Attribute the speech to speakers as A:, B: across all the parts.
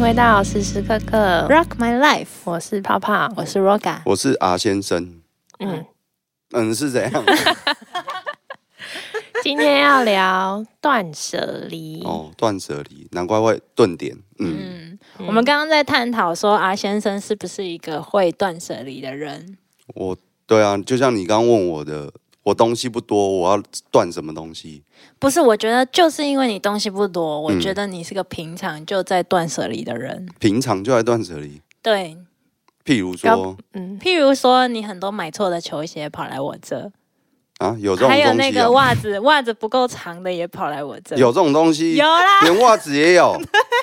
A: 回到时时刻刻
B: Rock My Life，
A: 我是泡泡，
B: 我是 Roga。
C: 我是阿先生，
A: 嗯，
C: 嗯，是怎 样？
A: 今天要聊断舍离。
C: 哦，断舍离，难怪会顿点。嗯，
B: 嗯，我们刚刚在探讨说阿先生是不是一个会断舍离的人。
C: 我对啊，就像你刚刚问我的，我东西不多，我要断什么东西？
B: 不是，我觉得就是因为你东西不多，我
C: 嗯
B: 觉得你是个平常就在断舍离的人。
C: 平常就来断舍离，
B: 对，
C: 譬如
A: 要
C: 说
A: 嗯，
B: 譬如说你很多买错的球鞋跑来我这，
C: 啊，有这种
B: 还有
C: 东
B: 那
C: 西
B: 个
C: 啊，
B: 袜子， 袜子不够长的也跑来我这。
C: 有这种东西，
B: 有啊啦，
C: 连袜子也有，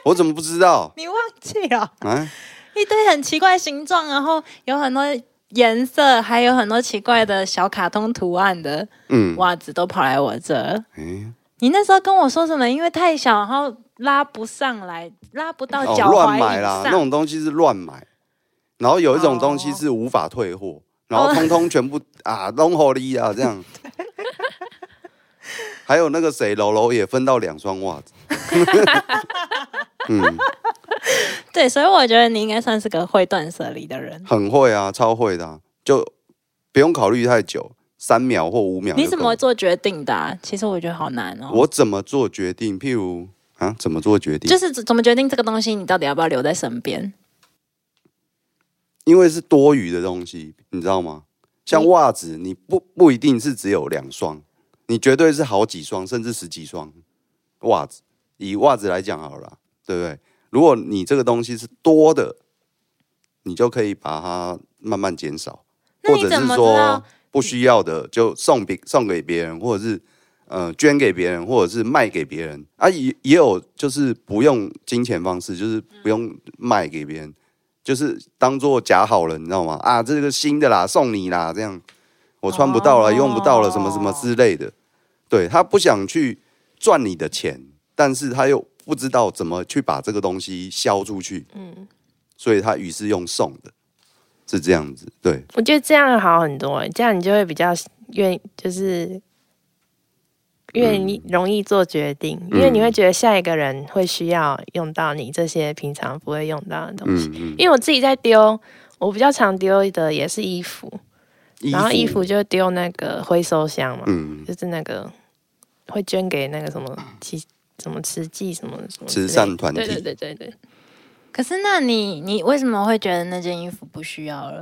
C: 我怎么不知道？
B: 你忘记了？
C: 啊，
B: 一堆很奇怪形状，然后有很多颜色，还有很多奇怪的小卡通图案的
C: 嗯，
B: 袜子都跑来我这。
C: 诶
B: 你那时候跟我说什么？因为太小，然后拉不上来，拉不到
C: 哦，
B: 脚踝
C: 乱买
B: 以
C: 啦，
B: 上。
C: 那种东西是乱买，然后有一种东西
B: 哦
C: 是无法退货，然后通 通全部啊弄好利啊这样。还有那个谁，楼楼也分到两双袜子。嗯，
B: 对，所以我觉得你应该算是个会断舍离的人。
C: 很会啊，超会的啊、就不用考虑太久，三秒或五秒就够。
B: 你怎么做决定的、啊？其实我觉得好难哦。
C: 我怎么做决定？譬如啊，怎么做决定？
B: 就是怎怎么决定这个东西，你到底要不要留在身边？
C: 因为是多余的东西，你知道吗？像袜子，你不不一定是只有两双，你绝对是好几双，甚至十几双袜子。以袜子来讲好了啦，对不对？如果你这个东西是多的，你就可以把它慢慢减少，
B: 那
C: 或
B: 你
C: 者
B: 怎
C: 是
B: 么知
C: 说
B: 道？
C: 不需要的就送别送给别人，或者是呃捐给别人，或者是卖给别人啊，也也有就是不用金钱方式，就是不用卖给别人，就是当做假好人，你知道吗？啊，这个新的啦，送你啦，这样我穿不到了，
B: 哦
C: 用不到了，什么什么之类的。对他不想去赚你的钱，但是他又不知道怎么去把这个东西销出去，嗯，所以他于是用送的，是这样子，对。
A: 我觉得这样好很多、这样你就会比较愿意，就是愿
C: 嗯
A: 意容易做决定，因为你会觉得下一个人会需要用到你这些平常不会用到的东西。
C: 嗯嗯，
A: 因为我自己在丢，我比较常丢的也是衣服，然后衣服就丢那个回收箱嘛，
C: 嗯，
A: 就是那个会捐给那个什么慈什么慈济什么什么之类的
C: 慈善团体
A: 对对对对对，
B: 可是那你你为什么会觉得那件衣服不需要了？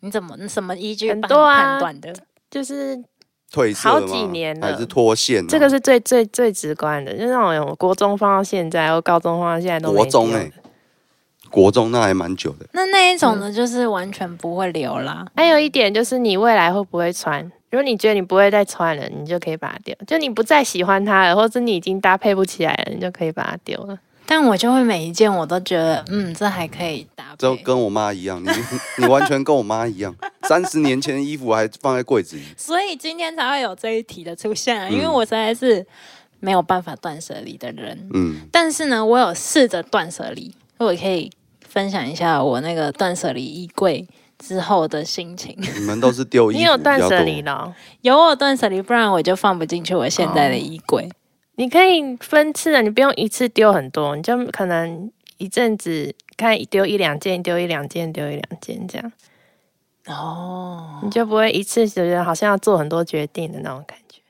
B: 你怎么你什么依据
A: 很
B: 帮你
A: 多啊
B: 判断的？
A: 就是
C: 嗯褪色
A: 好
C: 吗
A: 几年了
C: 还是脱线啊？
A: 这个是最最最直观的，就是那种我国中放到现在，我高中放到现在都没
C: 国中
A: 丢
C: 哎、国中那还蛮久的，
B: 那那一种呢，就是完全不会留啦。
A: 还有一点就是你未来会不会穿？如果你觉得你不会再穿了，你就可以把它丢；就你不再喜欢它了，或者你已经搭配不起来了，你就可以把它丢了。
B: 但我就会每一件我都觉得，嗯，这还可以搭
C: 这
B: 配。
C: 跟我妈一样，你 你完全跟我妈一样，三十年前的衣服还放在柜子里，
B: 所以今天才会有这一题的出现、啊，因为
C: 嗯
B: 我实在是没有办法断舍离的人。
C: 嗯，
B: 但是呢，我有试着断舍离，我可以分享一下我那个断舍离衣柜之后的心情。
C: 你们都是丢衣服
A: 你有断
C: 比较
A: 舍
C: 多
A: 离了哦、
B: 有我断舍离，不然我就放不进去我现
C: 哦
B: 在的衣柜。
A: 你可以分次的，你不用一次丢很多，你就可能一阵子看丢一两件，丢一两件，丢一两件这样，
B: 哦，
A: 你就不会一次觉得好像要做很多决定的那种感觉。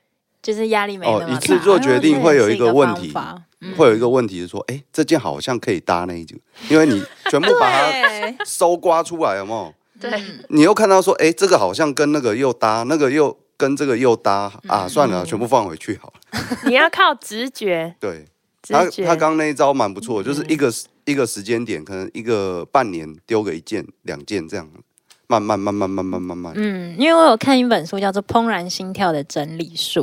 B: 就是压力没那么大。
C: 哦一次做决定会有一个问
B: 哎我觉得也是
C: 题
B: 一个方法
A: 嗯
C: 会有一个问题是说，哎、这件好像可以搭那一件，因为你全部把 它
B: 对，
C: 搜刮出来，有没有？
A: 对，
C: 你又看到说，哎、这个好像跟那个又搭，那个又跟这个又搭
A: 嗯
C: 啊，算了，全部放回去好了。
A: 你要靠直觉，
C: 对，
A: 直
C: 他
A: 觉。
C: 他刚刚那一招蛮不错，
B: 嗯
C: 就是一个时、一个时间点，可能一个半年丢个一件两件这样，慢慢慢慢慢慢慢慢，
B: 嗯，因为我有看一本书叫做《怦然心跳的整理术》，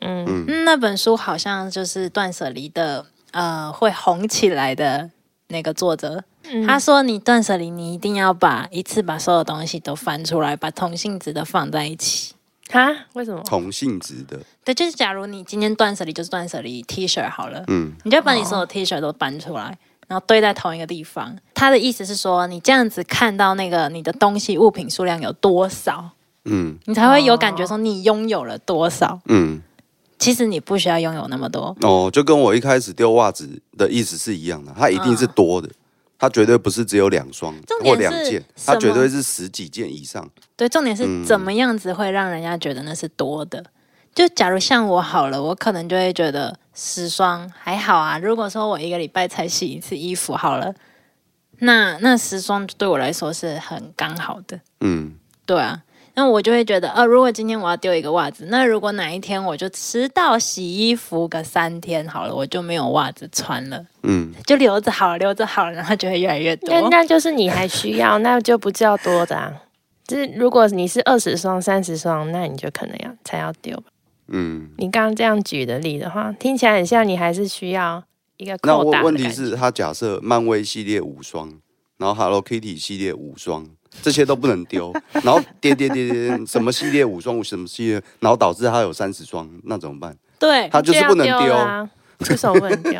A: 嗯，
C: 嗯，
B: 嗯，那本书好像就是断舍离的，呃，会红起来的那个作者。
A: 嗯
B: 他说，你断舍离，你一定要把一次把所有东西都翻出来，把同性质的放在一起。
A: 哈，为什么？
C: 同性质的，
B: 对，就是假如你今天断舍离，就是断舍离 T 恤好了，
C: 嗯，
B: 你就把你所
A: 哦
B: 有 T 恤都搬出来，然后堆在同一个地方。他的意思是说，你这样子看到那个你的东西物品数量有多少，
C: 嗯
B: 你才会有感觉说你拥有了多少。
C: 嗯，
B: 其实你不需要拥有那么多，
C: 哦，就跟我一开始丢袜子的意思是一样的，它一定是多的，它绝对不是只有两双
B: 嗯重点
C: 或
B: 是
C: 两件，它
B: 什
C: 绝
B: 么
C: 对是十几件以上。
B: 对，重点
C: 嗯
B: 是怎么样子会让人家觉得那是多的。就假如像我好了，我可能就会觉得十双还好啊。如果说我一个礼拜才洗一次衣服好了，那那十双对我来说是很刚好的。
C: 嗯，
B: 对啊，那我就会觉得，呃，如果今天我要丢一个袜子，那如果哪一天我就迟到洗衣服个三天好了，我就没有袜子穿了，
C: 嗯，
B: 就留着好了，留着好了，然后就会越来越多
A: 那。那就是你还需要，那就不叫多的啊。就是如果你是二十双、三十双，那你就可能要才要丢吧。
C: 嗯，
A: 你刚刚这样举的例的话，听起来很像你还是需要一个
C: 那
A: 扣打的
C: 问问
A: 感觉
C: 题是，它假设漫威系列五双，然后 Hello Kitty 系列五双，这些都不能丢，然后叠叠叠叠，什么系列五双，什么系列，然后导致它有三十双，那怎么办？
B: 对，
C: 它就是不能
A: 就要
C: 丢
A: 丢。啦，为什么不能丢？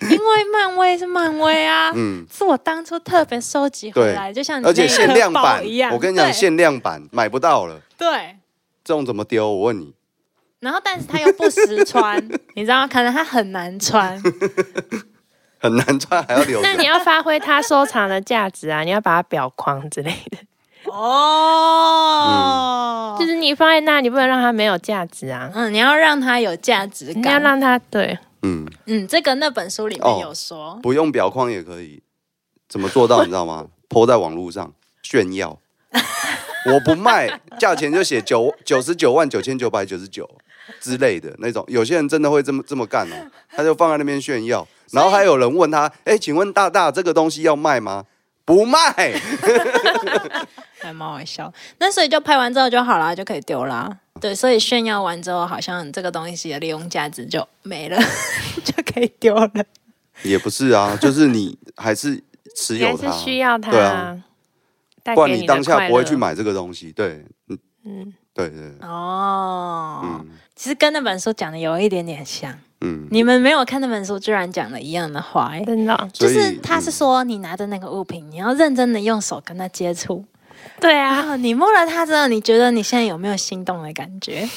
B: 因为漫威是漫威啊，
C: 嗯
B: 是我当初特别收集回来，就像你
C: 而且
B: 那个
C: 限量
B: 包
C: 版
B: 一样，，
C: 我跟你讲，
B: 对
C: 限量版买不到了，
B: 对。
C: 这种怎么丢？我问你，
B: 然后，但是他又不实 穿，你知道，可能他很难穿。
C: 很难穿，还要留
A: 那
C: 着
A: 你。要发挥它收藏的价值啊！你要把它裱框之类的，
B: 哦，
C: 嗯
A: 就是你放在那，你不能让它没有价值啊！
B: 嗯，你要让它有价值
A: 你要
B: 感。
A: 让它对，
C: 嗯，
B: 嗯，这个那本书里
C: 哦
B: 面有说，
C: 不用表框也可以，怎么做到？你知道吗？泼在网络上炫耀，我不卖，价钱就写九九十九万九千九百九十九之类的那种。有些人真的会这么这么干哦，他就放在那边炫耀，然后还有人问他，哎、请问大大这个东西要卖吗？不卖，
B: 还蛮好笑。那所以就拍完之后就好啦，就可以丢啦。对，所以炫耀完之后，好像这个东西的利用价值就没了， 就可以丢了。
C: 也不是啊，就是你还是持
A: 你还
C: 有
A: 是
C: 它，
A: 需要它
C: 对啊，
A: 带
C: 不
A: 给
C: 然
A: 的
C: 当下
A: 快
C: 不会去
A: 乐。
C: 买这个东西。对，嗯，
A: 嗯，
C: 对对对，
B: 哦，
C: 嗯
B: 其实跟那本书讲的有一点点像。
C: 嗯，
B: 你们没有看那本书，居然讲了一样的话、欸，
A: 真的哦，
B: 就
C: 所以
B: 是他是
C: 嗯
B: 说，你拿着那个物品，你要认真的用手跟它接触，
A: 对
B: 然
A: 啊，
B: 后你摸了它之后，你觉得你现在有没有心动的感觉？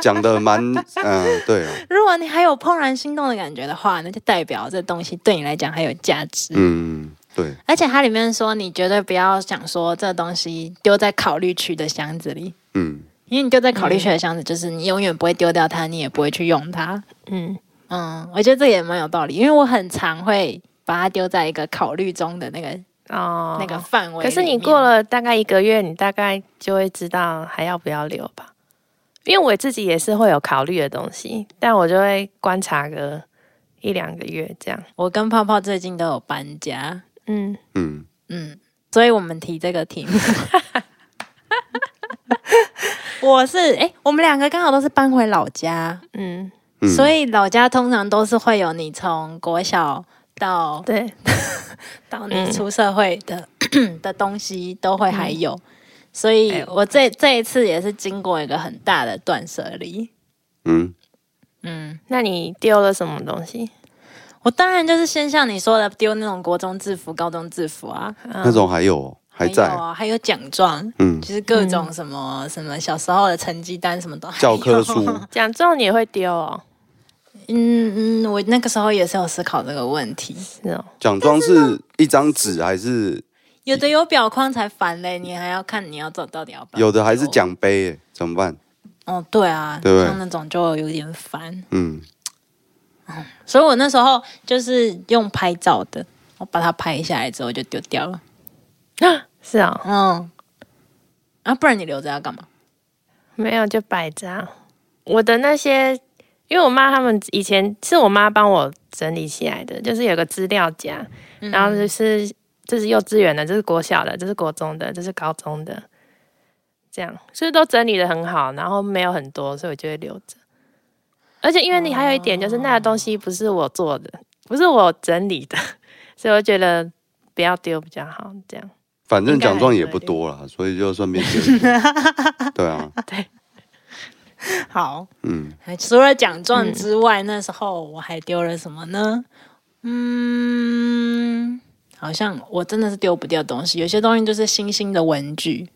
C: 讲的蛮， 嗯，对啊，
B: 如果你还有怦然心动的感觉的话，那就代表这东西对你来讲还有价值。
C: 嗯，对，
B: 而且它里面说，你绝对不要想说这东西丢在考虑区的箱子里，
C: 嗯，
B: 因为你丢在考虑区的箱子，就是你永远不会丢掉它，你也不会去用它。
A: 嗯，
B: 嗯，我觉得这也蛮有道理，因为我很常会把它丢在一个考虑中的那个、
A: 哦，
B: 那个范围里面。
A: 可是你过了大概一个月，你大概就会知道还要不要留吧。因为我自己也是会有考虑的东西，但我就会观察个一两个月这样。
B: 我跟泡泡最近都有搬家，
A: 嗯，
C: 嗯，
B: 嗯，所以我们提这个题目。 我是哎、我们两个刚好都是搬回老家，
A: 嗯，
C: 嗯
B: 所以老家通常都是会有你从国小到
A: 对，
B: 到
A: 嗯
B: 你出社会的、 的东西都会还有，所
A: 哎
B: 以
A: 呦
B: 嗯我这这一次也是经过一个很大的断舍离。
C: 嗯，
B: 嗯，
A: 那你丢了什么东西？
B: 我当然就是先像你说的丢那种国中制服、高中制服啊，
C: 那种还有哦还在
B: 有，啊，还有奖状，
C: 嗯，
B: 就是各种什么、什么小时候的成绩单什么都还有
C: 教科 书，
A: 奖状你也会丢哦？
B: 嗯嗯，我那个时候也是有思考这个问题，
A: 是哦，
C: 奖状是一张纸还是
B: 有的有表框才烦嘞，你还要看你要走到底要不要
C: 有的还是。奖杯欸？怎么办？
B: 哦，对啊，
C: 对不对
B: 像那种就有点烦，
C: 嗯，
B: 所以我那时候就是用拍照的，我把它拍下来之后就丢掉了。
A: 是哦，
B: 嗯，啊，不然你留着要干嘛？
A: 没有就摆着、啊。我的那些，因为我妈他们以前是我妈帮我整理起来的，就是有个资料夹，然后就是这是幼稚园的，这是国小的，这是国中的，这是高中的，这样，所以都整理的很好，然后没有很多，所以我就会留着。而且因为你还有一点就是那个东西不是我做的，不是我整理的， 所以我觉得不要丢比较好，这样。
C: 反正
A: 应该
C: 奖状也
A: 还
C: 不
A: 可以
C: 多啦，所以就顺便丢 一丢。对啊，
B: 好，
C: 嗯，
B: 除了奖状之外，那时候我还丢了什么呢？嗯，好像我真的是丢不掉东西，有些东西就是新兴的文具，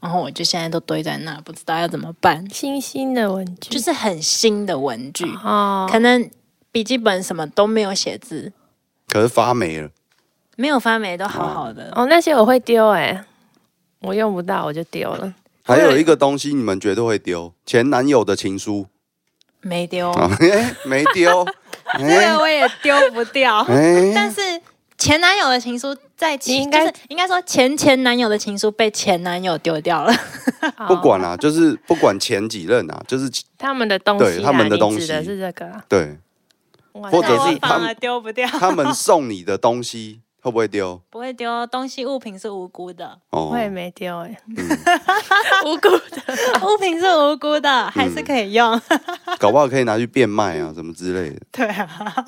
B: 然后我就现在都堆在那，不知道要怎么办，
A: 清新的文具，
B: 就是很新的文具，
A: 哦，
B: 可能笔记本什么都没有写字，
C: 可是发霉了，
B: 没有发霉都好好的。
A: 哦，那些我会丢哎、我用不到我就丢 了。
C: 还有一个东西你们绝对会丢，前男友的情 书
B: 没丢，
C: 啊，哎没 丢，
B: 这个
C: 哎
B: 我也丢不掉。但
C: 哎，
B: 是前男友的情书在其
A: 你应该
B: 就是应该说前前男友的情书被前男友丢掉了，
C: 不管
A: 了、
C: 啦、就是不管前几任啊，就是
A: 他们的东西啦，
C: 对他们的东西
A: 你指的是这个啊、
C: 对
A: 哇
C: 或者
A: 那我
C: 是
B: 我
C: 他
B: 反
C: 们
B: 而丢不掉，
C: 他们送你的东西会不会丢？
B: 不会丢东西，物品是无辜的，
C: 哦嗯
A: 我也没丢哎、
B: 无辜的 物品是无辜的，还是可以用。
C: 搞不好可以拿去变卖啊，什么之类的。
B: 对啊，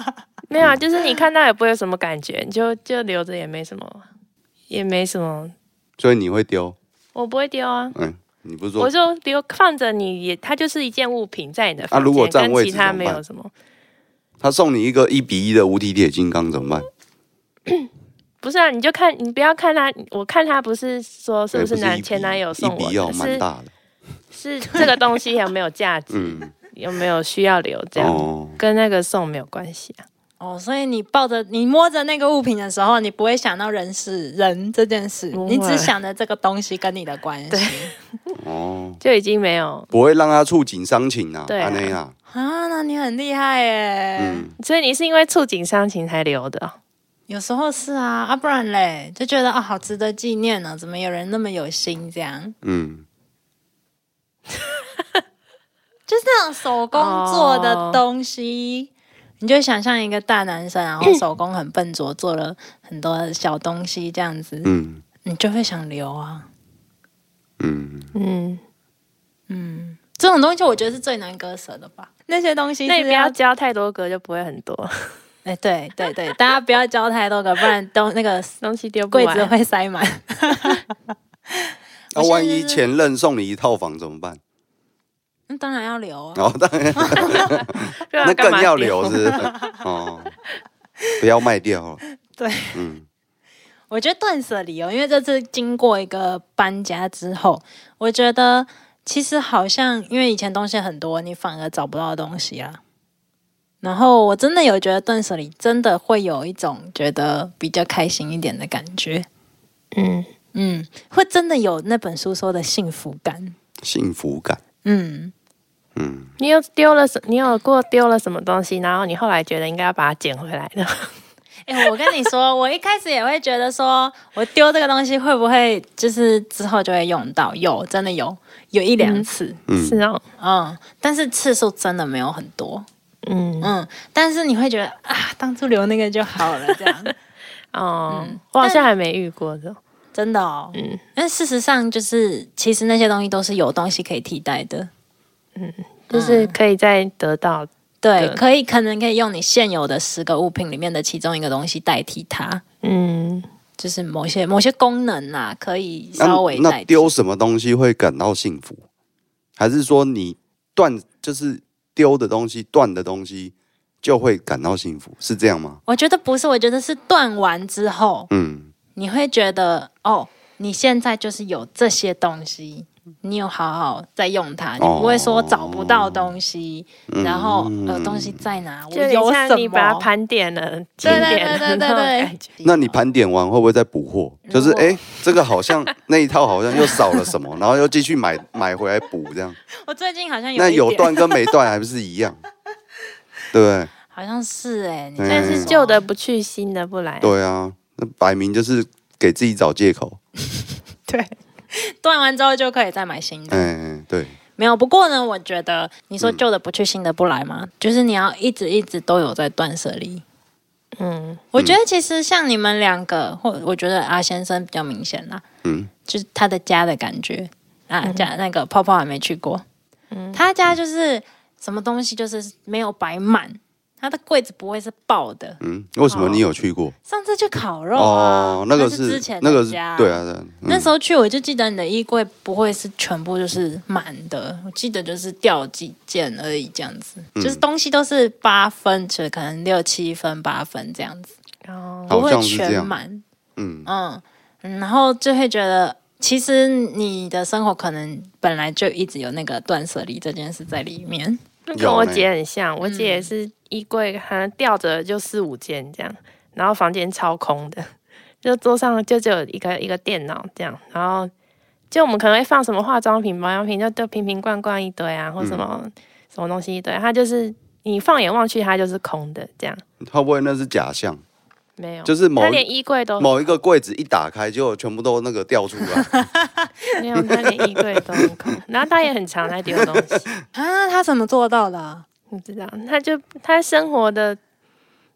A: 没有啊，就是你看到也不会有什么感觉，你就就留着也没什么，也没什么，
C: 所以你会丢？
A: 我不会丢啊。
C: 嗯，你不是
A: 我就
C: 说
A: 留放着你也，它就是一件物品在你的房间，
C: 啊如果占
A: 跟
C: 位
A: 其
C: 置
A: 他
C: 怎么
A: 没
C: 办
A: 有什么，
C: 他送你一个一比一的无敌铁金刚怎么办？
A: 不是啊，你就看你不要看他，我看他不是说是
C: 哎
A: 不是男
C: 一比
A: 前男友送
C: 一
A: 我
C: 比哦，
A: 的，
C: 蛮
A: 是
C: 大的。
A: 是这个东西有没有价值，
C: 嗯，
A: 有没有需要留这样，
C: 哦
A: 跟那个送没有关系啊。
B: 哦，所以你抱着你摸着那个物品的时候，你不会想到人是人这件事，
A: 不会
B: 你只想着这个东西跟你的关系。
C: 哦，
A: 就已经没有。
C: 不会让他触景伤情啊，
A: 对啊
C: 安内啊，
B: 啊，那你很厉害耶。
C: 嗯，
A: 所以你是因为触景伤情才留的哦、
B: 有时候是啊，啊不然嘞，就觉得啊好值得纪念呢、怎么有人那么有心这样？
C: 嗯，
B: 就是那种手工做的东西你就想象一个大男生，然后手工很笨拙，做了很多小东西这样子，
C: 嗯，
B: 你就会想留啊。
C: 嗯，
A: 嗯，
B: 这种东西我觉得是最难割舍的吧。那些东西
A: 那你
B: 是
A: 不要交太多个，就不会很多
B: 哎、对对对，大家不要交太多个，不然都那个
A: 东西丢不
B: 柜
A: 完。
B: 子会塞满。我现在
C: 那啊万一
B: 就是
C: 前任送你一套房怎么办？
B: 那当然要留啊。
C: 哦，当然，
A: 对啊
C: 那
A: 干嘛
C: 更
A: 丢
C: 要留 是不是哦，不要卖掉了。
B: 对，
C: 嗯，
B: 我觉得断舍离哦，因为这次经过一个搬家之后，我觉得其实好像因为以前东西很多，你反而找不到东西啦。然后我真的有觉得断舍离真的会有一种觉得比较开心一点的感觉，
A: 嗯，
B: 嗯，会真的有那本书说的幸福感，
C: 幸福感，
B: 嗯，
C: 嗯，
A: 你有丢了什？你有过丢了什么东西？然后你后来觉得应该要把它捡回来的？
B: 哎、我跟你说，我一开始也会觉得说，我丢这个东西会不会就是之后就会用到？有，真的有，有一两次，
C: 嗯
A: 是哦，
B: 嗯，但是次数真的没有很多，
A: 嗯，
B: 嗯，但是你会觉得啊，当初留那个就好了，这样
A: 哦，
B: 嗯
A: 我好像还没遇过这种。
B: 真 的哦，嗯。但事实上就是，其实那些东西都是有东西可以替代的，
A: 就是可以再得到，对
B: 对，可以可能可以用你现有的十个物品里面的其中一个东西代替它，
A: 嗯，
B: 就是某些某些功能啦、可以
C: 那
B: 稍微代
C: 那
B: 替。
C: 丢什么东西会感到幸福？还是说你断就是丢的东西、断的东西就会感到幸福？是这样吗？
B: 我觉得不是，我觉得是断完之后，
C: 嗯，
B: 你会觉得哦，你现在就是有这些东西，你有好好在用它，
C: 哦
B: 你不会说找不到东西，
C: 嗯
B: 然后呃东西在哪，我
A: 就有
B: 有
A: 点
B: 什么？
A: 像你把它盘点了、清
B: 对
A: 点了
B: 对对对
A: 那种
B: 对
A: 感觉。
B: 对，啊
C: 那你盘点完会不会再补货？就是
B: 如果
C: 哎、诶这个好像 那一套好像又少了 什么，然后又继续买买回来补这样。
B: 我最近好像 有
C: 那
B: 一
C: 有
B: 点
C: 断跟没断还不是 一样？对不对？
B: 好像是哎、你
C: 嗯
A: 但是旧的不去，新的不来。
C: 对啊，那摆明就是给自己找借口。
B: 对。断完之后就可以再买新的，
C: 嗯，对，
B: 没有。不过呢，我觉得你说旧的不去，新的不来嘛，就是你要一直一直都有在断舍离。
A: 嗯，
B: 我觉得其实像你们两个，或我觉得阿先生比较明显啦，
C: 嗯，
B: 就是他的家的感觉啊，家那个泡泡还没去过，
C: 嗯
B: 他家就是什么东西就是没有摆满，他的柜子不会是爆的。
C: 嗯，为什么你有去过？
B: 上次去烤肉啊，
C: 哦，那个
B: 是
C: 是
B: 之前的
C: 那个是
B: 家
C: 对啊，对啊，
B: 那
C: 嗯
B: 时候去我就记得你的衣柜不会是全部就是满的，我记得就是掉几件而已，这样子，
C: 嗯
B: 就是东西都是八分，就可能六七分、八分这样子，
A: 哦，
B: 不
C: 好
B: 会
C: 像是这
B: 全
C: 样，
B: 满。
C: 嗯，
B: 嗯，嗯然后就会觉得，其实你的生活可能本来就一直有那个断舍离这件事在里面。
A: 那
C: 有
A: 跟我
C: 呢
A: 姐很像，我姐也是衣柜好像吊着就四五件这样，然后房间超空的， 就桌上就只有一个一个电脑这样，然后就我们可能会放什么化妆品、保养品，就就瓶瓶罐罐一堆啊，或什么、
C: 嗯
A: 什么东西一堆，它就是你放眼望去，它就是空的这样，
C: 会不会那是假象？
A: 没有，
C: 就是某
A: 它
C: 一
A: 连衣柜
B: 哦
A: 都
C: 某一个柜子一打开，结果全部都那个掉出 来，
A: 没有，它连衣柜都很空，然后它也很常来丢东西。
B: 啊，他怎么做到的啊、
A: 不知道，他就他生活的，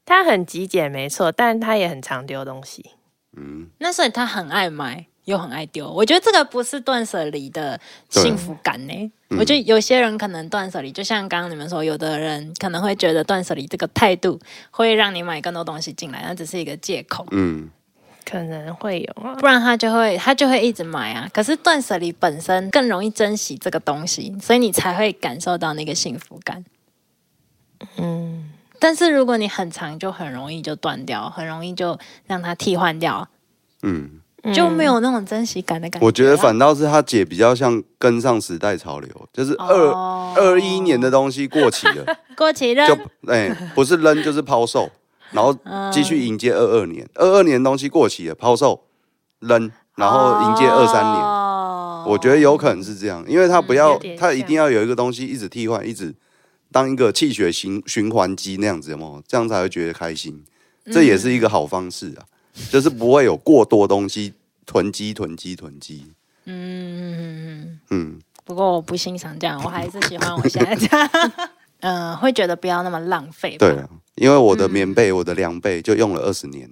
A: 他很极简没错，但他也很常丢东西。
C: 嗯，
B: 那所以他很爱买，又很爱丢。我觉得这个不是断舍离的幸福感呢、
C: 嗯
B: 我觉得有些人可能断舍离，就像刚刚你们说，有的人可能会觉得断舍离这个态度会让你买更多东西进来，那只是一个借口。
C: 嗯，
A: 可能会有啊，
B: 不然他就会他就会一直买啊。可是断舍离本身更容易珍惜这个东西，所以你才会感受到那个幸福感。
A: 嗯，
B: 但是如果你很长，就很容易就断掉，很容易就让它替换掉，
C: 嗯，
B: 就没有那种珍惜感的感觉啊。
C: 我觉得反倒是他姐比较像跟上时代潮流，就是二
B: 哦
C: 二一年的东西过期 了，
B: 过期了
C: 就哎、不是扔就是抛售，然后
B: 嗯
C: 继续迎接二二年，二二年东西过期了，抛售扔，然后迎接二三
B: 哦
C: 年。
B: 年
C: 我觉得有可能是这样，因为
B: 嗯
C: 他不要
A: 有，点
C: 他一
A: 像
C: 定要有一个东西一直替换，一直当一个气血循循环机那样子，有没有？这样才会觉得开心。这也是一个好方式啊，就是不会有过多东西囤积、囤积、囤积。
B: 嗯，
C: 嗯，
B: 不过我不欣赏这样，我还是喜欢我现在这样。 嗯，会觉得不要那么浪费。
C: 对，啊，因为我的棉被、我的凉被就用了二十年，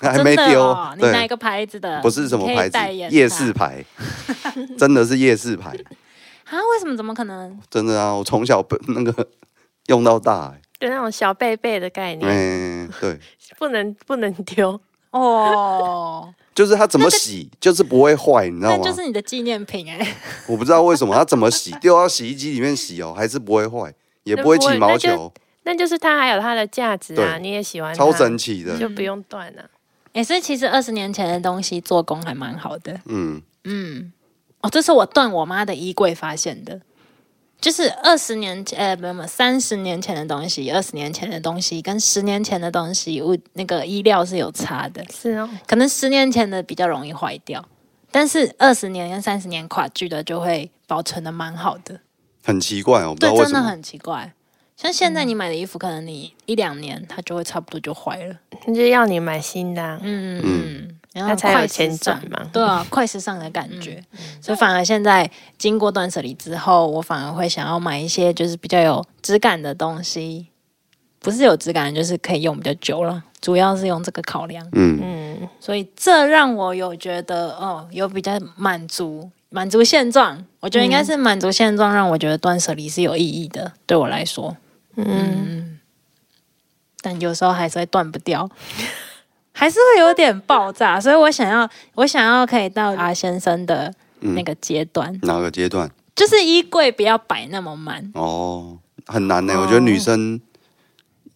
C: 还
B: 嗯真
C: 没
B: 的
C: 丢。
B: 哦。你哪一
C: 对，
B: 个牌子的？
C: 不是什么
B: 你可以
C: 牌
B: 代
C: 子，
B: 言
C: 夜
B: 它
C: 市牌，真的是夜市牌，
B: 啊？为什么？怎么可能？
C: 真的啊！我从小被那个 用到大、欸，
A: 就那种小贝贝的概念，
C: 嗯、对。
A: 不能不能丢。
B: 哦，
C: 就是它怎么洗，就是不会坏，你知道
B: 那
C: 吗？
B: 就是你的纪念品哎。
C: 我不知道为什么它怎 么洗，丢到洗衣机里面洗哦，还是不会坏，也
A: 那
C: 不会
A: 不会
C: 起毛
A: 那就
C: 球，
A: 那就是它还有它的价值啊，
C: 对
A: 你也喜欢它，
C: 超神奇的。
A: 就不用断啊了、
B: 也欸是，所以其实二十年前的东西做工还蛮好的。
C: 嗯，
B: 嗯，哦，这是我断我妈的衣柜发现的，就是二十年前，呃，没有没有，三十年前的东西，二十年前的东西跟十年前的东西，物那个衣料是有差的，
A: 是哦，
B: 可能十年前的比较容易坏掉，但是二十年跟三十年跨距的就会保存的蛮好的，
C: 很奇怪哦，我不知
B: 对
C: 道，为
B: 真
C: 什
B: 的
C: 么。
B: 很奇怪。像现在你买的衣服，可能你一两年它就会差不多就坏了，
A: 那就要你买新的、啊，
B: 嗯嗯，然后
A: 它才
B: 快
A: 有
B: 时
A: 钱
B: 尚
A: 赚嘛。嗯
B: 对啊，快时尚的感觉。所以反而现在经过断舍离之后，我反而会想要买一些就是比较有质感的东西，不是有质感，就是可以用比较久了。主要是用这个考量，
C: 嗯，
A: 嗯，
B: 所以这让我有觉得哦，有比较满足，满足现状。我觉得应
A: 嗯
B: 该是满足现状，让我觉得断舍离是有意义的，对我来说。嗯，但有时候还是会断不掉。还是会有点爆炸，所以我想要，我想要可以到阿先生的
C: 嗯
B: 那个阶段，
C: 哪个阶段？
B: 就是衣柜不要摆那么满。
C: 哦，很难呢、我觉得女生，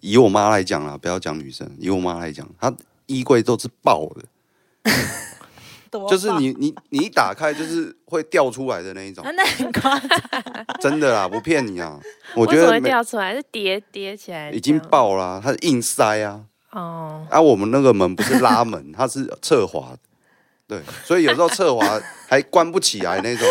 C: 以我妈来讲啦，不要讲女生，以我妈来讲，她衣柜都是爆的，就是你你你一打开就是会掉出来的那一种
B: 啊，，那很夸张，
C: 真的啦，不骗你啊。
A: 我
C: 我觉
A: 怎么
C: 得
A: 会
C: 没
A: 掉出来？是叠叠起来，
C: 已经
A: 这样
C: 爆啦，它硬塞啊。
A: 哦，
C: 啊，我们那个门不是拉门，它是侧滑，对，所以有时候侧滑还关不起来那种，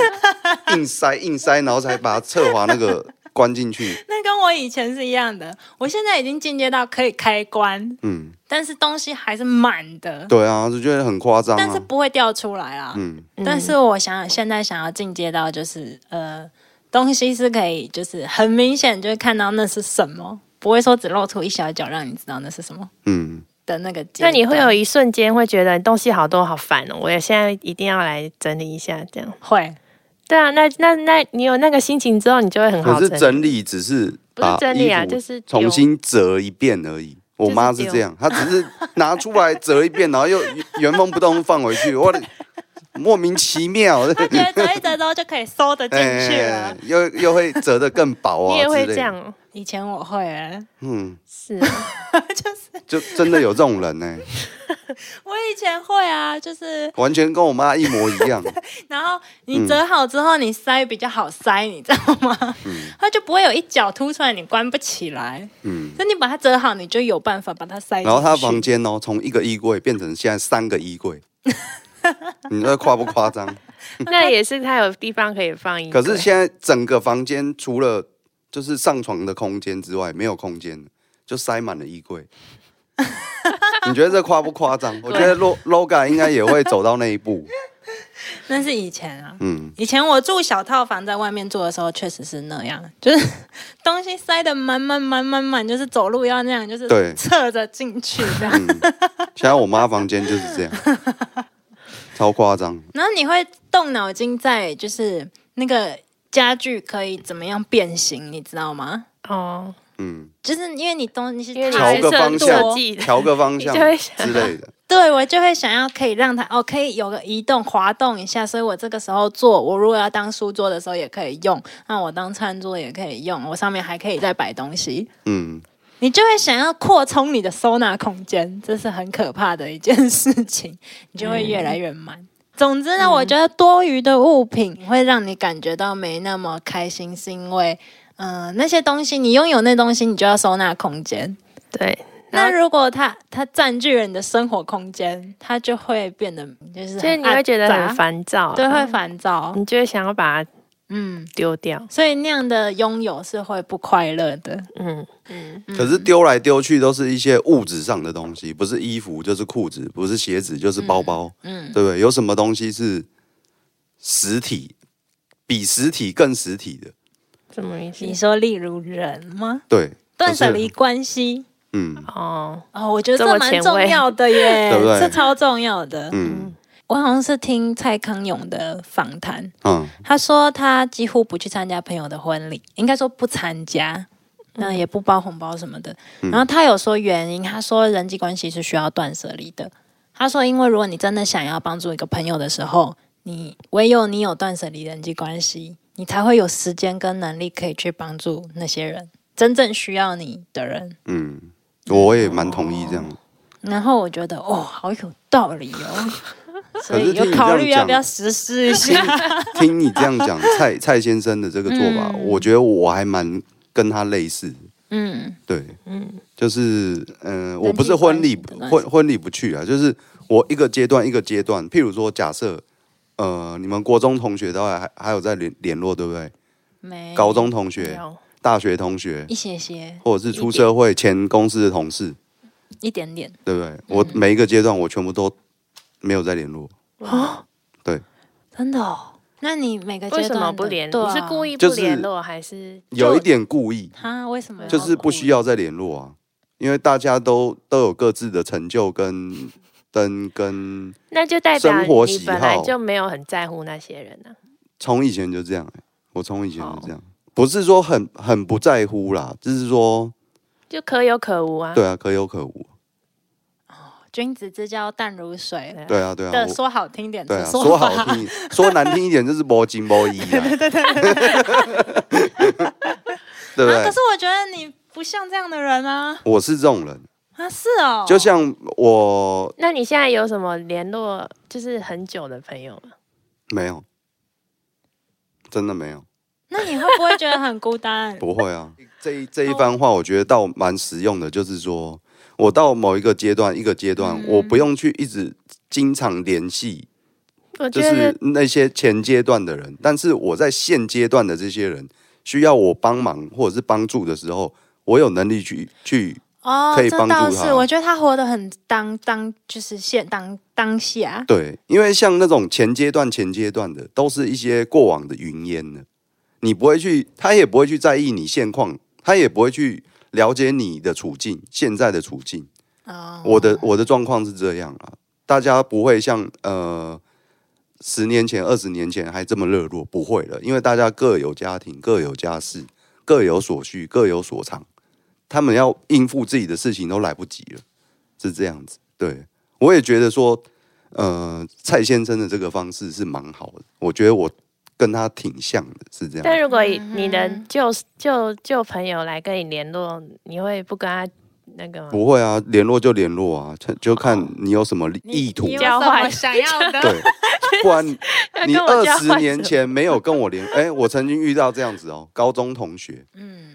C: 硬塞硬塞，然后才把侧滑那个关进去。
B: 那跟我以前是一样的。我现在已经进阶到可以开关，
C: 嗯，
B: 但是东西还是满的，
C: 对啊，就觉得很夸张
B: 但是
C: 啊。
B: 不会掉出来啦。
C: 嗯，
B: 但是我想想，现在想要进阶到就是呃，东西是可以就是很明显就会看到那是什么，不会说只露出一小角让你知道那是什么
C: 嗯，
B: 的那个阶
A: 那
B: 段。
A: 你会有一瞬间会觉得东西好多好烦哦，我也现在一定要来整理一下这样。
B: 会
A: 对啊，那那那你有那个心情之后，你就会很好
C: 可是
A: 整理
C: 整理只是
A: 不是
C: 把
A: 整理啊，就
C: 衣服
A: 是丢
C: 重新折一遍而已。我妈 是这样，她只是拿出来折一遍，然后又原封不动放回去。我莫名其妙，
B: 他觉得折一折之后就可以收得进去
C: 哎
B: 了。
C: 又又会折得更薄啊，
A: 你也会
C: 之
A: 这
C: 类的，
A: 样？
B: 以前我会、欸，
C: 嗯，
A: 是啊，
C: 就真的有这种人呢，
B: 我以前会啊，就是
C: 完全跟我妈一模一样，
B: 然后你折好之后，你塞比较好塞，你知道吗？它就不会有一角凸出来，你关不起来。
C: 嗯。
B: 所以你把它折好，你就有办法把它塞进去。
C: 然后他房间哦，从一个衣柜变成现在三个衣柜，你说夸不夸张？
A: 那也是他有地方可以放衣柜。
C: 可是现在整个房间除了就是上床的空间之外，没有空间了，就塞满了衣柜。你觉得这夸不夸张？我觉得 Lo- LOGA 应该也会走到那一步。
B: 那是以前啊，
C: 嗯，
B: 以前我住小套房，在外面住的时候确实是那样，就是东西塞得满满满满满，就是走路要那样，就是
C: 对
B: 侧着进去这样。
C: 现在我妈房间就是这样，超夸张。
B: 然后你会动脑筋在就是那个家具可以怎么样变形，你知道吗？
A: 哦，
C: 嗯，
B: 就是因为你东西
A: 因为你
C: 调
B: 太
A: 还
C: 个
A: 设
C: 方
A: 设
C: 向
A: 计，的，
C: 调个方向
A: 你就会想
C: 之类的。
B: 对，我就会想要可以让它哦，可以有个移动滑动一下，所以我这个时候做，我如果要当书桌的时候也可以用，那我当餐桌也可以用，我上面还可以再摆东西，
C: 嗯，
B: 你就会想要扩充你的收纳空间，这是很可怕的一件事情，你就会越来越满。
A: 嗯
B: 总之呢，我觉得多余的物品会让你感觉到没那么开心，是因为，嗯、那些东西你拥有那东西，你就要收纳空间。
A: 对，然
B: 那
A: 后
B: 如果它它占据了你的生活空间，它就会变得就是
A: 就是你会觉得很，烦躁，
B: 对，会烦躁，
A: 你就会想要把它
B: 嗯，
A: 丢掉。
B: 所以那样的拥有是会不快乐的，
A: 嗯，
C: 可是丢来丢去都是一些物质上的东西，不是衣服就是裤子，不是鞋子就是包包，
B: 嗯
C: 对不对？有什么东西是实体，比实体更实体的？
A: 什么意思
B: 你？说例如人吗？
C: 对，
B: 断舍
C: 就是
B: 离关系
C: 嗯
A: 哦，
B: 哦，我觉得
A: 这么
B: 这蛮
A: 前
B: 重
A: 卫
B: 要的耶，
C: 对不对
B: 这超重要的。
C: 嗯
B: 我好像是听蔡康永的访谈，
C: 嗯
B: 他说他几乎不去参加朋友的婚礼，应该说不参加，那也不包红包什么的。
C: 嗯
B: 然后他有说原因，他说人际关系是需要断舍离的。他说，因为如果你真的想要帮助一个朋友的时候，你唯有你有断舍离人际关系，你才会有时间跟能力可以去帮助那些人真正需要你的人。
C: 嗯，我也蛮同意这样。
B: 然后我觉得哦，好有道理 哦，所
C: 可是
B: 以
C: 听
B: 有
C: 你
B: 考
C: 这
B: 虑
C: 样
B: 要不
C: 讲
B: 要实施一下。
C: 听你这样讲， 蔡蔡先生的这个做法，我觉得我还蛮跟他类似的。
B: 嗯，
C: 对，嗯，就是嗯、呃我
B: 人
C: 不是
B: 际关
C: 婚礼
B: 系的那
C: 婚婚礼不去啊，就是我一个阶段一个阶段，譬如说假设，呃，你们国中同学都还还还有在联联络，对不对？
B: 没
C: 高中同学、
A: 有
C: 大学同学，
B: 一些些，
C: 或者是出
B: 一点
C: 社会前公司的同事，
B: 一点点。
C: 对不对？我每一个阶段我全部都没有在联络，
B: 真的哦？那你每个
A: 为
B: 阶
A: 什
B: 段
A: 么
B: 的
A: 不联
B: 对
A: 络？
B: 啊、
A: 你是故意不
C: 就是
A: 联络还是？
C: 有一点故意，
B: 他为什么要
C: 就是不需要再联络啊，因为大家都都有各自的成就跟跟跟，
A: 那就代表
C: 生活
A: 你
C: 喜
A: 本来
C: 好
A: 就没有很在乎那些人啊。
C: 从以前就这样、欸，我从以前就这样，不是说很很不在乎啦，就是说
A: 就可有可无啊。
C: 对啊，可有可无，
B: 君子之交淡如水
A: 对啊
C: 对啊对啊
B: 的？
C: 我
B: 说好听点
C: 对
B: 的
C: 啊，
B: 法
C: 说好 听，说难听一点就是摸金摸义啊，对不
B: 啊，可
C: 对
B: 是？我觉得你不像这样的人啊
C: 我是这种人，
B: 啊是哦，
C: 就像我
A: 那你现在有什么联络就是很久的朋友吗？
C: 没有，真的没有，
B: 那你会不会觉得很孤 单？
C: 不会啊。这一这一番话，我觉得倒蛮实用的，就是说我到某一个阶段，一个阶段，我不用去一直经常联系，
A: 我
C: 就
A: 觉得
C: 是那些前阶段的人，但是我在现阶段的这些人需要我帮忙或者是帮助的时候，我有能力去去，
B: 哦，
C: 可以
B: 这
C: 帮助
B: 倒
C: 他
B: 是，我觉得他活得很当当，就是现当当下。
C: 对，因为像那种前阶段前阶段的，都是一些过往的云烟了，你不会去，他也不会去在意你现况，他也不会去了解你的处境，现在的处境。
B: 哦，
C: 我的我的状况是这样啊，大家不会像呃十年前、二十年前还这么热络，不会了，因为大家各有家庭、各有家室、各有所需、各有所长，他们要应付自己的事情都来不及了，是这样子。对我也觉得说，呃，蔡先生的这个方式是蛮好的，我觉得我跟他挺像的，是这
A: 但
C: 样。
A: 如果以你的
B: 嗯
A: 旧旧旧朋友来跟你联络，你会不跟他那个吗？
C: 不会啊，联络就联络啊，就就看你有什么意图
B: 你。有
A: 交
B: 什么
A: 换
B: 想要的？
C: 对，不然 你
A: 要跟我
C: 二
A: 交
C: 十
A: 换
C: 年
A: 什么
C: 前没有跟我联，哎、我曾经遇到这样子哦，高中 同学，
B: 嗯，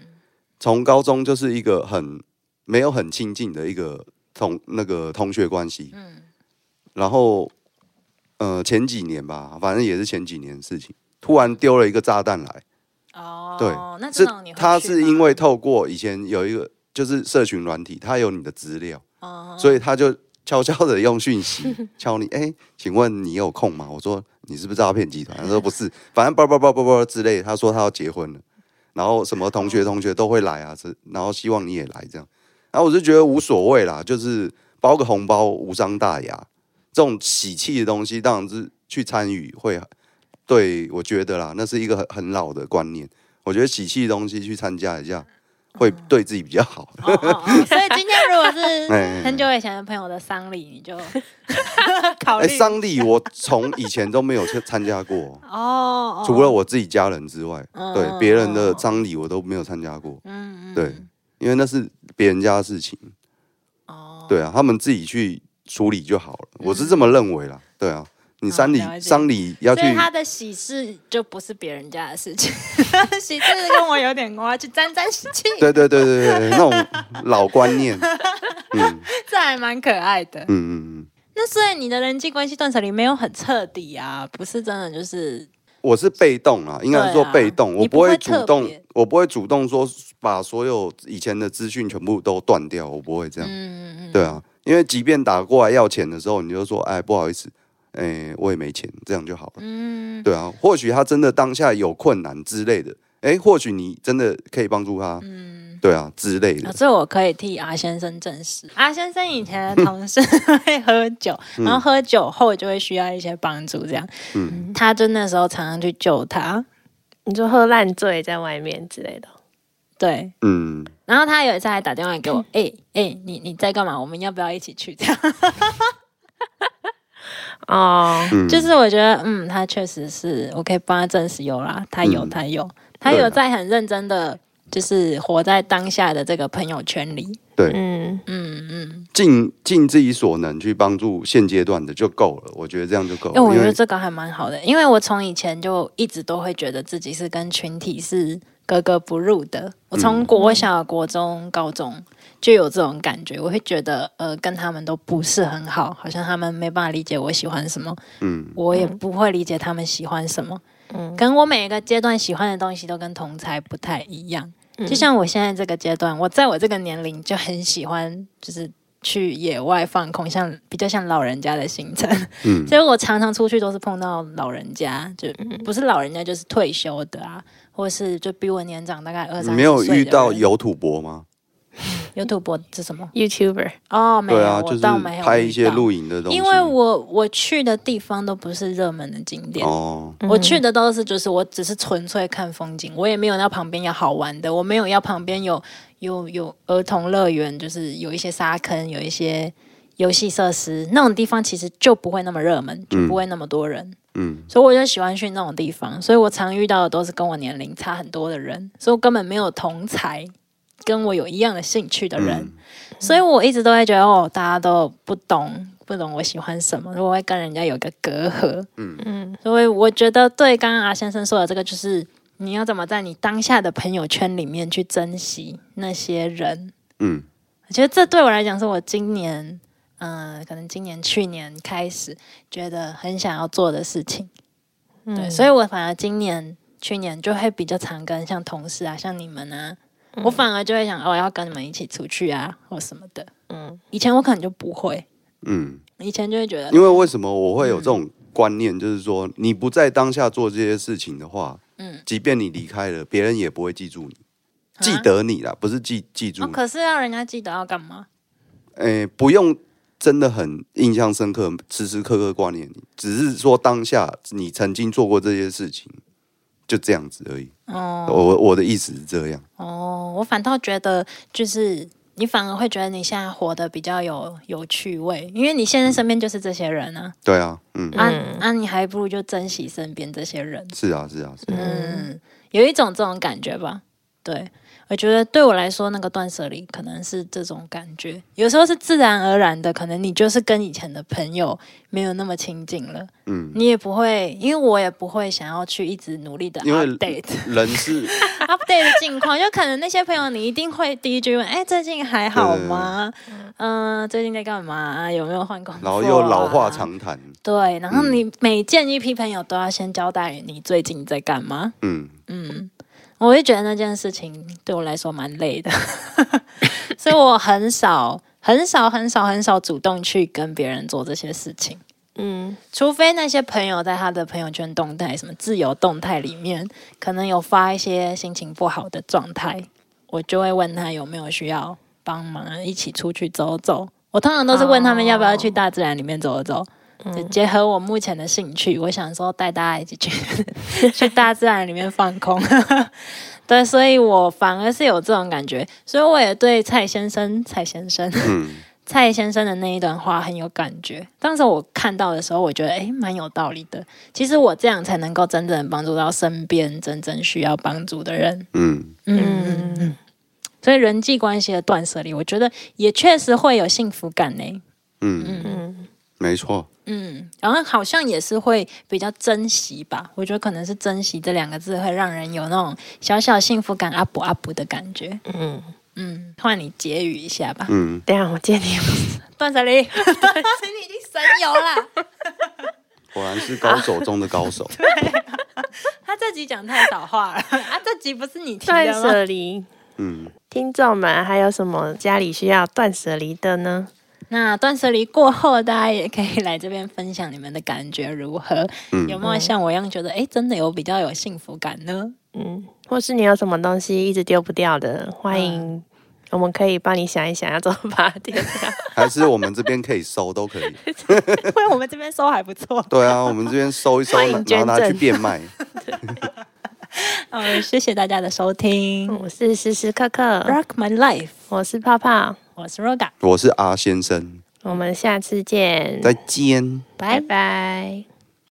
C: 从高中就是一个很没有很亲近的一个同那个同学关系，
B: 嗯
C: 然后呃前几年吧，反正也是前几年的事情，突然丢了一个炸弹来，
B: 哦，
C: 对，
B: 那这
C: 是
B: 种你会
C: 他
B: 去
C: 是
B: 吗
C: 因为透过以前有一个就是社群软体，他有你的资料，
B: 哦
C: 所以他就悄悄的用讯息敲你，哎、请问你有空吗？我说你是不是诈骗集团？他说不是，反正叭叭叭叭叭之类的。他说他要结婚了，然后什么
B: 哦
C: 同学同学都会来啊，这然后希望你也来这样。然后我就觉得无所谓啦，就是包个红包无伤大雅，这种喜气的东西当然是去参与会，对我觉得啦，那是一个很很老的观念。我觉得喜气的东西去参加一下，会对自己比较好。
B: 嗯哦哦 哦所以今天如果是
C: 哎
B: 很久以前的朋友的丧礼，你 就考
C: 哎，
B: 虑，
C: 丧礼我从以前都没有去参加过
B: 哦，哦
C: 除了我自己家人之外，
B: 嗯
C: 对别人的丧礼我都没有参加过，
B: 嗯嗯
C: 对，因为那是别人家的事情，
B: 哦，嗯
C: 对啊，他们自己去处理就好了，我是这么认为啦，对啊，你丧礼
B: 哦了解
C: 丧礼要去
B: 所以他的喜事就不是别人家的事情， 喜事跟我有点关系，沾沾喜气，
C: 对对对对对，对那种老观 念，嗯
B: 这还蛮可爱的。
C: 嗯嗯嗯，
B: 那所以你的人际关系断舍离没有很彻底啊，不是真的就是
C: 我是被动啦，应该是说
B: 对啊
C: 被动，我
B: 你不会
C: 会主
B: 特
C: 动
B: 别，
C: 我不会主动说把所有以前的资讯全部都断掉，我不会这样。
B: 嗯嗯
C: 对啊，因为即便打过来要钱的时候，你就说，哎，不好意思，哎，我也没钱，这样就好了。
B: 嗯
C: 对啊，或许他真的当下有困难之类的，哎，或许你真的可以帮助他，
B: 嗯。
C: 对啊之类
B: 啊
C: 的。
B: 这我可以替阿先生证实。阿先生以前的同事 会喝酒，然后喝酒后就会需要一些帮助，这样。
C: 嗯
B: 他就那时候常常去救他，
A: 你说喝烂醉在外面之类的，
B: 对。
C: 嗯，
B: 然后他有一次还打电话给我，哎哎、欸你你在干嘛？我们要不要一起去？这样，
A: 哦，
C: 嗯
B: 就是我觉得，嗯，他确实是我可以帮他证实有啦，他有，
C: 嗯
B: 他有，他
C: 对啊
B: 有在很认真的，就是活在当下的这个朋友圈里。
C: 对，
A: 嗯，
B: 嗯嗯，
C: 尽尽自己所能去帮助现阶段的就够了，我觉得这样就够
B: 哎、我
C: 了。因
B: 觉得
C: 为
B: 这个还蛮好的，因为我从以前就一直都会觉得自己是跟群体是格格不入的。我
C: 嗯
B: 从国小、国中、高中就有这种感觉，我会觉得，呃，跟他们都不是很好，好像他们没办法理解我喜欢什么。
C: 嗯
B: 我也不会理解他们喜欢什么。嗯，跟我每一个阶段喜欢的东西都跟同才不太一样。
C: 嗯
A: 嗯
B: 就像我现在这个阶段，我在我这个年龄就很喜欢，就是去野外放空，像比较像老人家的行程。
C: 嗯
B: 所以我常常出去都是碰到老人家，就不是老人家就是退休的啊，或是就比我年长大概二
C: 你
B: 三。
C: 没有遇到有土博吗？
B: 有土博是什么？
A: YouTuber，
B: 哦，没有，
C: 对啊，就
B: 我
C: 是
B: 倒没有
C: 拍一些
B: 遇到
C: 露营的东西。
B: 因为我我去的地方都不是热门的景点。
C: 哦，
B: 我去的都是就是我只是纯粹看风景，我也没有要旁边有好玩的，我没有要旁边有有有儿童乐园，就是有一些沙坑，有一些游戏设施那种地方，其实就不会那么热门，就不会那么多人，
C: 嗯
B: 所以我就喜欢去那种地方，所以我常遇到的都是跟我年龄差很多的人，所以我根本没有同才跟我有一样的兴趣的人，
C: 嗯
B: 所以我一直都会觉得哦，大家都不懂，不懂我喜欢什么，所以我会跟人家有个隔阂。
C: 嗯
A: 嗯
B: 所以我觉得对刚刚阿先生说的这个，就是你要怎么在你当下的朋友圈里面去珍惜那些人。
C: 嗯
B: 我觉得这对我来讲是我今年，嗯、可能今年去年开始觉得很想要做的事情。对，
A: 嗯，
B: 所以我反而今年、去年就会比较常跟像同事啊、像你们啊，
A: 嗯
B: 我反而就会想哦，要跟你们一起出去啊，或什么的。
A: 嗯
B: 以前我可能就不会，
C: 嗯。
B: 以前就会觉得
C: 因为为什么我会有
B: 嗯
C: 这种观念，就是说你不在当下做这些事情的话，
B: 嗯
C: 嗯，即便你离开了，别人也不会记住你，
B: 啊
C: 记得你啦，不是记记住
B: 哦，
C: 你，
B: 可是要人家记得要干嘛？
C: 诶、不用真的很印象深刻，时时刻刻挂念你，只是说当下你曾经做过这些事情，就这样子而已。
B: 哦，
C: 我我的意思是这样，
B: 哦，我反倒觉得就是你反而会觉得你现在活得比较有有趣味，因为你现在身边就是这些人啊，
C: 对啊，嗯，
B: 啊啊，你还不如就珍惜身边这些人。
C: 是啊，是啊，是啊，
B: 嗯，有一种这种感觉吧。对，我觉得对我来说，那个断舍离可能是这种感觉，有时候是自然而然的，可能你就是跟以前的朋友没有那么亲近了，
C: 嗯，
B: 你也不会，因为我也不会想要去一直努力的
C: 因为
B: update
C: 人是
B: update 的近况，就可能那些朋友你一定会第一句问，哎，最近还好吗？嗯、最近在干嘛？啊有没有换工作、
C: 然后
A: 啊
C: 又老话。嗯常谈，
B: 对，然后你每见一批朋友都要先交代你最近在干嘛，
C: 嗯，
B: 嗯，我会觉得那件事情对我来说蛮累的， 所以我很少、很少、很少、很少主动去跟别人做这些事情，
A: 嗯，
B: 除非那些朋友在他的朋友圈动态、什么自由动态里面，可能有发一些心情不好的状态，我就会问他有没有需要帮忙，一起出去走走。我通常都是问他们要不要去大自然里面走走。就结合我目前的兴趣，我想说带大家一起去去大自然里面放空。 对，所以我反而是有这种感觉，所以我也对蔡先生、蔡先生、蔡先生的那一段话很有感觉。当时我看到的时候，我觉得诶，蛮有道理的。其实我这样才能够真正地帮助到身边真正需要帮助的人。
C: 嗯，
B: 嗯，所以人际关系的断舍离，我觉得也确实会有幸福感呢、
C: 嗯，没错，
B: 嗯，然后好像也是会比较珍惜吧，我觉得可能是“珍惜”这两个字会让人有那种小小幸福感 up up 的感觉。
A: 嗯，
B: 嗯，换你结语一下吧，
C: 嗯，
A: 等一下我借你，
B: 断舍离， 断舍离已经神游啦。
C: 果然是高手中的 高手，
B: 他这集讲太少话 了啊，这集不是你提
A: 断
B: 的吗？
A: 舍离。
C: 嗯，
A: 听众们还有什么家里需要断舍离的呢？
B: 那断舍离过后，大家也可以来这边分享你们的感觉如何，
C: 嗯
B: 有没有像我一样觉得，哎，真的有比较有幸福感呢？
A: 嗯，或是你有什么东西一直丢不掉的，欢
B: 嗯
A: 迎我们可以帮你想一想要怎么把它丢掉。
C: 还是我们这边可以收都可 以，
B: 因 为我们这边收还不 错。
C: 对啊，我们这边收一收，
A: 欢迎
C: 拿
A: 捐
C: 拿拿去
A: 赠
C: 变卖，
B: 嗯，谢谢大家的收听
A: 我是时时刻刻，
B: ，Rock My Life，
A: 我是泡泡，
B: 我是 Roga。
C: 我是阿先生，
A: 我们下次见，
C: 再见。
A: 拜拜。